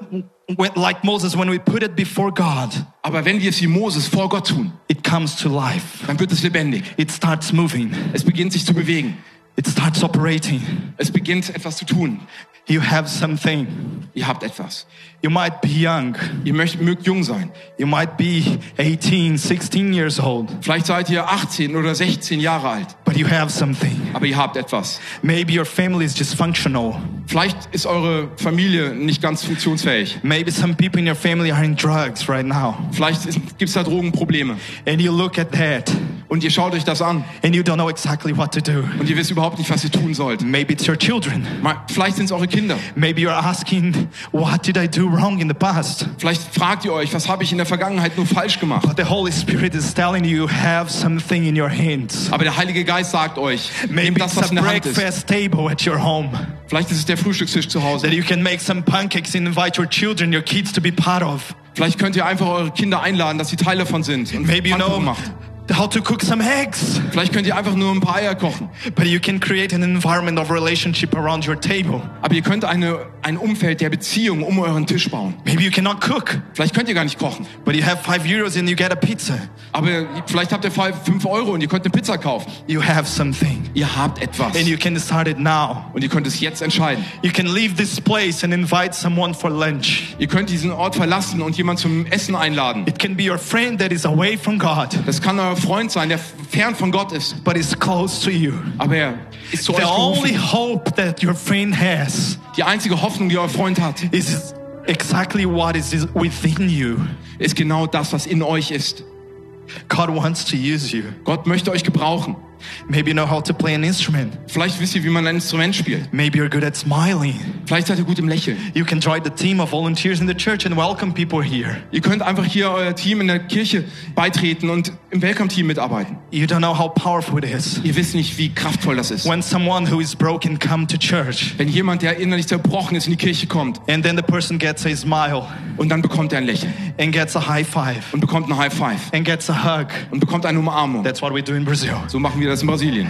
S3: when, like Moses, when we put it before God,
S4: Aber wenn wir es wie Moses vor Gott tun,
S3: it comes to life.
S4: dann wird es lebendig.
S3: It starts moving,
S4: Es beginnt sich zu bewegen.
S3: it starts operating.
S4: Es beginnt etwas zu tun.
S3: You have something.
S4: Ihr habt etwas.
S3: You might be young,
S4: Ihr möcht, mögt jung sein.
S3: you might be 18, 16 years old,
S4: Vielleicht seid ihr 18 oder 16 Jahre alt,
S3: but you have something.
S4: aber ihr habt etwas.
S3: Maybe your family is dysfunctional.
S4: Vielleicht ist eure Familie nicht ganz funktionsfähig.
S3: Maybe some people in your family are in drugs right now.
S4: Vielleicht gibt es da Drogenprobleme.
S3: And you look at that
S4: Und ihr schaut euch das an
S3: and you don't know exactly what to do.
S4: und ihr wisst überhaupt nicht, was ihr tun sollt.
S3: Maybe it's your children.
S4: Ma- Vielleicht sind es eure Kinder.
S3: Maybe you're asking, what did I do wrong in the past?
S4: Vielleicht fragt ihr euch, was habe ich in der Vergangenheit nur falsch gemacht?
S3: But the Holy Spirit is telling you, you have something in your hands.
S4: Aber der Heilige Geist sagt euch, nehmt
S3: Maybe
S4: das,
S3: it's
S4: was
S3: a
S4: in der Hand ist.
S3: breakfast table at your home
S4: Vielleicht ist es der Frühstückstisch zu
S3: that
S4: Hause.
S3: you can make some pancakes and invite your children, your kids to be part of.
S4: Vielleicht könnt ihr einfach eure Kinder einladen, dass sie Teil davon sind. Und
S3: Maybe you
S4: Pfannkuchen
S3: know
S4: macht.
S3: how to cook some eggs,
S4: Vielleicht könnt ihr einfach nur ein paar Eier kochen.
S3: but you can create an environment of relationship around your table.
S4: Aber ihr könnt eine, ein Umfeld der Beziehung um euren Tisch bauen.
S3: Maybe you cannot cook,
S4: Vielleicht könnt ihr gar nicht kochen.
S3: but you have five euros and you get a pizza.
S4: Aber vielleicht habt ihr 5 Euro und ihr könnt eine Pizza kaufen.
S3: You have something
S4: Ihr habt etwas.
S3: and you can start it now.
S4: Und ihr könnt es jetzt entscheiden.
S3: You can leave this place and invite someone for lunch.
S4: Ihr könnt diesen Ort verlassen und jemand zum Essen einladen.
S3: It can be your friend that is away from God,
S4: Das kann euer Freund sein, der fern von Gott ist.
S3: but is close to you.
S4: Aber er ist zu euch
S3: The only
S4: gerufen.
S3: hope that your friend has
S4: Die einzige Hoffnung, die euer Freund hat,
S3: is exactly what is within you.
S4: ist genau das, was in euch ist.
S3: God wants to use you.
S4: Gott möchte euch gebrauchen.
S3: Maybe you know how to play an instrument.
S4: Vielleicht wisst ihr, wie man ein Instrument spielt.
S3: Maybe you're good at smiling.
S4: Vielleicht seid ihr gut im Lächeln.
S3: You can join the team of volunteers in the church and welcome people here.
S4: Ihr könnt einfach hier euer Team in der Kirche beitreten und im Welcome-Team mitarbeiten.
S3: You don't know how powerful it is
S4: Ihr wisst nicht, wie kraftvoll das ist.
S3: when someone who is broken come to church
S4: Wenn jemand, der innerlich zerbrochen ist, in die Kirche kommt
S3: and then the person gets a smile
S4: und dann bekommt er ein Lächeln
S3: and gets a high five
S4: und bekommt ein High Five
S3: and gets a hug.
S4: und bekommt eine Umarmung.
S3: That's what we do in Brazil.
S4: So machen wir das in Brasilien.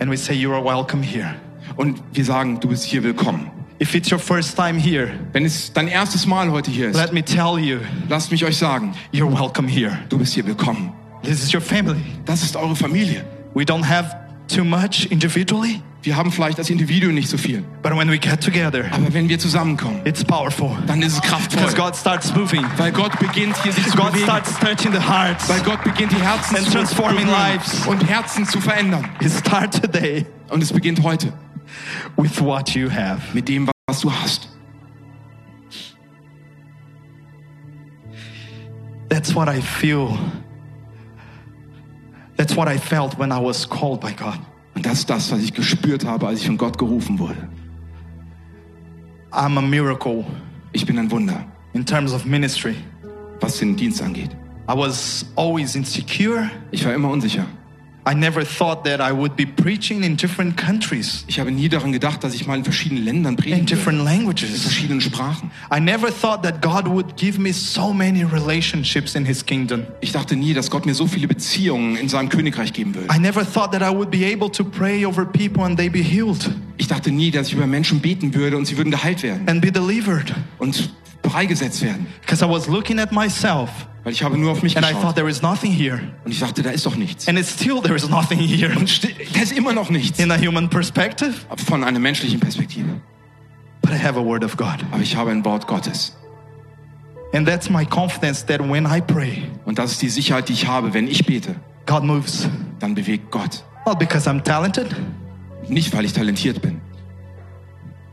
S3: And we say you are welcome here.
S4: Und wir sagen, du bist hier willkommen.
S3: If it's your first time here,
S4: Wenn es dein erstes Mal heute hier ist,
S3: let me tell you,
S4: lasst mich euch sagen,
S3: you're welcome here.
S4: du bist hier willkommen.
S3: This is your family.
S4: Das ist eure Familie.
S3: We don't have too much individually,
S4: Wir haben vielleicht als Individuum nicht so viel,
S3: but when we get together,
S4: aber wenn wir zusammenkommen,
S3: it's powerful.
S4: dann ist es
S3: Because
S4: kraftvoll.
S3: God starts moving,
S4: Weil Gott beginnt hier sich zu
S3: God
S4: bewegen.
S3: starts touching the hearts.
S4: Weil Gott beginnt die Herzen
S3: And
S4: zu
S3: transforming
S4: berühren
S3: lives.
S4: und Herzen zu verändern.
S3: You start today
S4: Und es beginnt heute
S3: with what you have.
S4: mit dem, was du hast.
S3: That's what I feel That's what I felt when I was called by God.
S4: Und das ist das, was ich gespürt habe, als ich von Gott gerufen wurde.
S3: I'm a miracle
S4: Ich bin ein Wunder,
S3: in terms of ministry.
S4: was den Dienst angeht.
S3: I was always insecure.
S4: Ich war immer unsicher.
S3: I never thought that I would be preaching in different countries,
S4: Ich habe nie daran gedacht, dass ich mal in verschiedenen Ländern
S3: in
S4: predigen würde.
S3: different
S4: In
S3: languages.
S4: verschiedenen Sprachen.
S3: I never thought that God would give me so many relationships in His kingdom.
S4: Ich dachte nie, dass Gott mir so viele Beziehungen in seinem Königreich geben würde.
S3: I never thought that I would be able to pray over people and they be healed
S4: Ich dachte nie, dass ich über Menschen beten würde und sie würden geheilt werden
S3: and be delivered.
S4: und freigesetzt werden.
S3: Because I was looking at myself
S4: Weil ich habe nur auf mich
S3: and I thought
S4: geschaut.
S3: there is nothing here.
S4: Und ich dachte, da ist doch nichts.
S3: And it's still there is nothing here
S4: Sti- Da ist immer noch nichts.
S3: in a human perspective.
S4: Von einer menschlichen Perspektive.
S3: But I have a word of God.
S4: Aber ich habe ein Wort Gottes.
S3: And that's my confidence that when I pray,
S4: Und das ist die Sicherheit, die ich habe. Wenn ich bete,
S3: God moves.
S4: dann bewegt Gott.
S3: Not because I'm talented,
S4: Nicht, weil ich talentiert bin,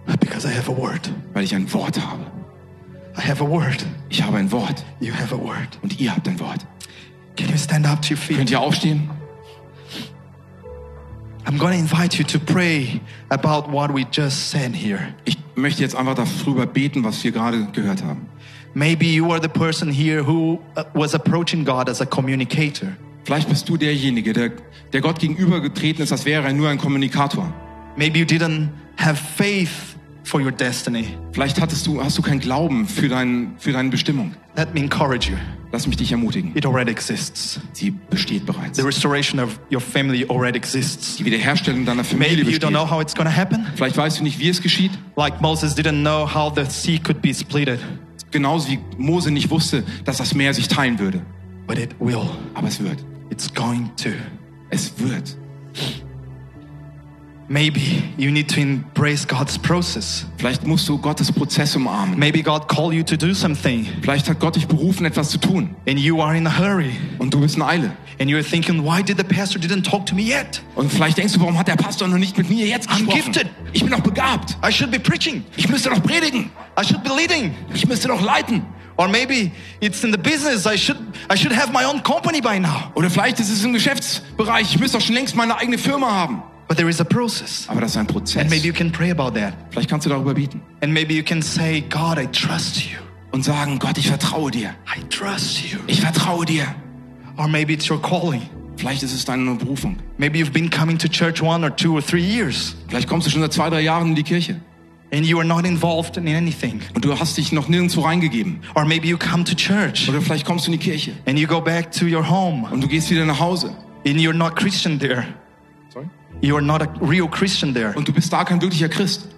S3: but because I have a word.
S4: weil ich ein Wort habe.
S3: I have a word.
S4: Ich habe ein Wort
S3: You have a word.
S4: und ihr habt ein Wort.
S3: Can you stand up to your
S4: Könnt
S3: feet?
S4: ihr aufstehen?
S3: I'm going to invite you to pray about what we just said here.
S4: Ich möchte jetzt einfach darüber beten, was wir gerade gehört haben.
S3: Maybe you are the person here who uh, was approaching God as a communicator.
S4: Vielleicht bist du derjenige, der, der Gott gegenübergetreten ist, als wäre er nur ein Kommunikator.
S3: Maybe you didn't have faith for your destiny.
S4: Vielleicht hattest du, hast du keinen Glauben für, dein, für deine Bestimmung.
S3: Let me encourage you.
S4: Lass mich dich ermutigen.
S3: It already exists.
S4: Sie besteht bereits.
S3: The restoration of your family already exists.
S4: Die Wiederherstellung deiner Familie
S3: Maybe you
S4: besteht.
S3: don't know how it's going to happen.
S4: Vielleicht weißt du nicht, wie es geschieht.
S3: Like Moses didn't know how the sea could be splitted,
S4: Genauso wie Mose nicht wusste, dass das Meer sich teilen würde.
S3: but it will.
S4: Aber es wird.
S3: It's going to.
S4: Es wird.
S3: Maybe you need to embrace God's process.
S4: Vielleicht musst du Gottes Prozess umarmen.
S3: Maybe God called you to do something
S4: Vielleicht hat Gott dich berufen, etwas zu tun.
S3: and you are in a hurry
S4: Und du bist in Eile.
S3: and you're thinking, why did the pastor didn't talk to me yet?
S4: Und vielleicht denkst du, warum hat der Pastor noch nicht mit mir jetzt
S3: I'm
S4: gesprochen?
S3: gifted.
S4: Ich bin doch begabt.
S3: I should be preaching.
S4: Ich müsste doch predigen.
S3: I should be leading.
S4: Ich müsste doch leiten.
S3: Or maybe it's in the business. I should I should have my own company by now.
S4: Oder vielleicht ist es im Geschäftsbereich. Ich müsste doch schon längst meine eigene Firma haben.
S3: But there is a process.
S4: Aber das ist ein Prozess.
S3: And maybe you can pray about that.
S4: Vielleicht kannst du darüber bieten.
S3: And maybe you can say, God, I trust you.
S4: Und sagen, Gott, ich vertraue dir.
S3: I trust you.
S4: Ich vertraue dir.
S3: Or maybe it's your calling.
S4: Vielleicht ist es deine Berufung.
S3: Maybe you've been coming to church one or two or three years
S4: Vielleicht kommst du schon seit zwei, drei Jahren in die Kirche.
S3: and you are not involved in anything.
S4: Und du hast dich noch nirgendwo reingegeben.
S3: Or maybe you come to church
S4: Oder vielleicht kommst du in die Kirche.
S3: and you go back to your home
S4: Und du gehst wieder nach Hause.
S3: and you're not Christian there. You are not a real Christian there.
S4: Und du bist da kein wirklicher Christ.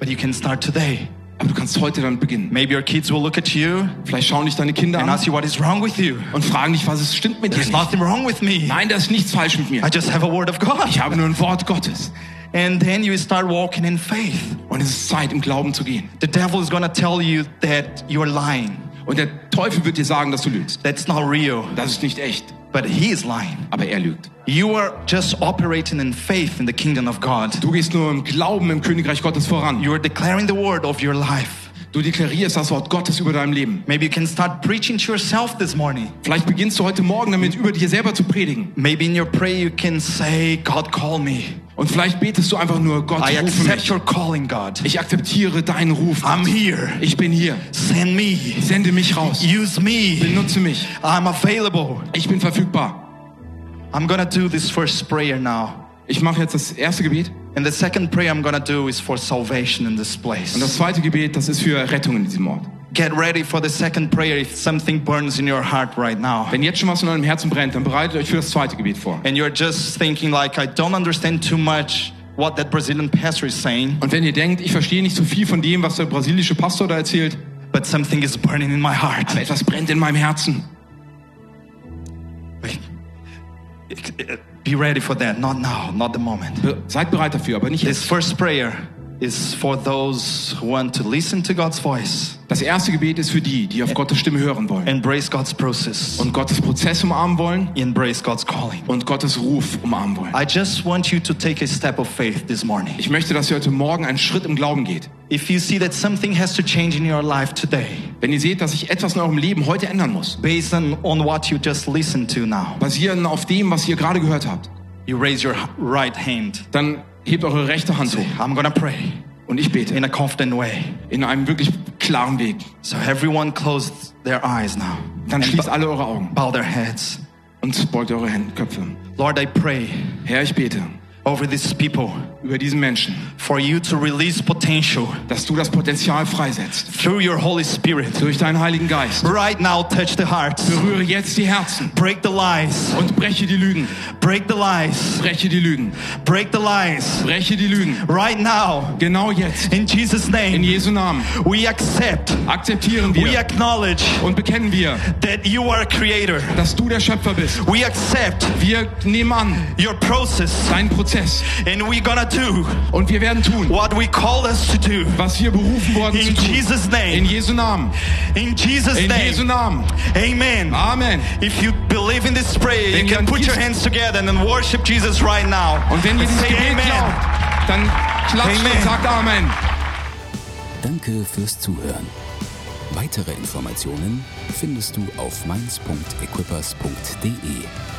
S3: But you can start today.
S4: Aber du kannst heute dann beginnen.
S3: Maybe your kids will look at you
S4: Vielleicht schauen dich deine Kinder
S3: and
S4: an
S3: ask you what is wrong with you.
S4: und fragen dich, was es stimmt mit dir
S3: There's
S4: nicht.
S3: nothing wrong with me.
S4: Nein, da ist nichts falsch mit mir.
S3: I just have a word of God.
S4: Ich habe nur ein Wort Gottes.
S3: And then you start walking in faith.
S4: Und es ist Zeit, im Glauben zu gehen.
S3: The devil is going to tell you that you're lying.
S4: Und der Teufel wird dir sagen, dass du lügst.
S3: That's not real.
S4: Das ist nicht echt.
S3: But he is lying.
S4: Aber er lügt.
S3: You are just operating in faith in the kingdom of God.
S4: Du gehst nur im Glauben im Königreich Gottes voran.
S3: You are declaring the word of your life.
S4: Du deklarierst das Wort Gottes über deinem Leben.
S3: Maybe you can start preaching to yourself this morning.
S4: Vielleicht beginnst du heute Morgen damit, über dir selber zu predigen.
S3: Maybe in your prayer you can say, God, call me.
S4: Und vielleicht betest du einfach nur, Gott,
S3: I
S4: rufe
S3: accept
S4: mich.
S3: your calling, God.
S4: Ich akzeptiere deinen Ruf.
S3: I'm here.
S4: Ich bin hier.
S3: Send me.
S4: Sende mich raus.
S3: Use me.
S4: Benutze mich.
S3: I'm available.
S4: Ich bin verfügbar.
S3: I'm going to do this first prayer now.
S4: Ich mache jetzt das erste Gebet.
S3: And the second prayer I'm gonna do is for salvation in this
S4: Und das
S3: place.
S4: zweite Gebet, das ist für Rettung in diesem Ort.
S3: Get ready for the second prayer if something burns in your heart right now.
S4: Wenn jetzt schon was in eurem Herzen brennt, dann bereitet euch für das zweite Gebet vor.
S3: And you're just thinking like, I don't understand too much what that Brazilian pastor is saying,
S4: Und wenn ihr denkt, ich verstehe nicht so viel von dem, was der brasilische Pastor da erzählt,
S3: but something is burning in my heart.
S4: aber etwas brennt in meinem Herzen,
S3: Be ready for that. Not now, not the moment.
S4: Be- seid bereit dafür, aber nicht jetzt.
S3: This first prayer is for those who want to listen to God's voice,
S4: Das erste Gebet ist für die, die auf Gottes Stimme hören wollen
S3: embrace God's process,
S4: und Gottes Prozess umarmen wollen
S3: embrace God's calling.
S4: und Gottes Ruf umarmen wollen.
S3: I just want you to take a step of faith this morning.
S4: Ich möchte, dass ihr heute Morgen einen Schritt im Glauben geht.
S3: If you see that something has to change in your life today,
S4: Wenn ihr seht, dass sich etwas in eurem Leben heute ändern muss,
S3: based on, on what you just listened to now,
S4: basierend auf dem, was ihr gerade gehört habt,
S3: you raise your h- right hand.
S4: dann hebt eure rechte Hand hoch
S3: I'm gonna pray
S4: und ich bete
S3: in a confident way.
S4: in einem wirklich klaren Weg.
S3: So everyone closed their eyes now.
S4: Dann
S3: and
S4: schließt
S3: bo-
S4: alle eure Augen
S3: bow their heads.
S4: und beugt eure Hände, Köpfe.
S3: Lord, I pray
S4: Herr, ich bete
S3: over these people
S4: über diesen Menschen,
S3: for you to release potential
S4: dass du das Potenzial freisetzt.
S3: through your Holy Spirit.
S4: Durch deinen Heiligen Geist.
S3: Right now, touch the hearts.
S4: Berühre jetzt die Herzen
S3: Break the lies.
S4: und breche die Lügen.
S3: Break the lies.
S4: Breche die Lügen.
S3: Break the lies.
S4: Breche die Lügen.
S3: Right now,
S4: Genau jetzt.
S3: in Jesus'
S4: In
S3: name,
S4: Jesu Namen
S3: we accept,
S4: akzeptieren
S3: we
S4: wir
S3: acknowledge
S4: und bekennen wir,
S3: that you are a creator.
S4: dass du der Schöpfer bist.
S3: We accept
S4: Wir nehmen an
S3: your process
S4: deinen Prozess
S3: and we're gonna do
S4: und wir werden tun,
S3: what we call us to do.
S4: was wir berufen wurden zu
S3: In
S4: tun.
S3: Jesus'
S4: In
S3: name.
S4: Jesu Namen.
S3: In Jesus'
S4: In Jesu
S3: name.
S4: Namen.
S3: Amen.
S4: Amen.
S3: If you believe in this prayer,
S4: Wenn
S3: you
S4: ihr
S3: can
S4: an
S3: put your
S4: dies-
S3: hands together and then worship Jesus right now.
S4: Und wenn ihr
S3: And
S4: dieses
S3: say
S4: Gebet
S3: amen.
S4: glaubt, dann klatscht
S3: Amen.
S4: und sagt Amen.
S1: Danke fürs Zuhören. Weitere Informationen findest du auf mainz.equippers.de.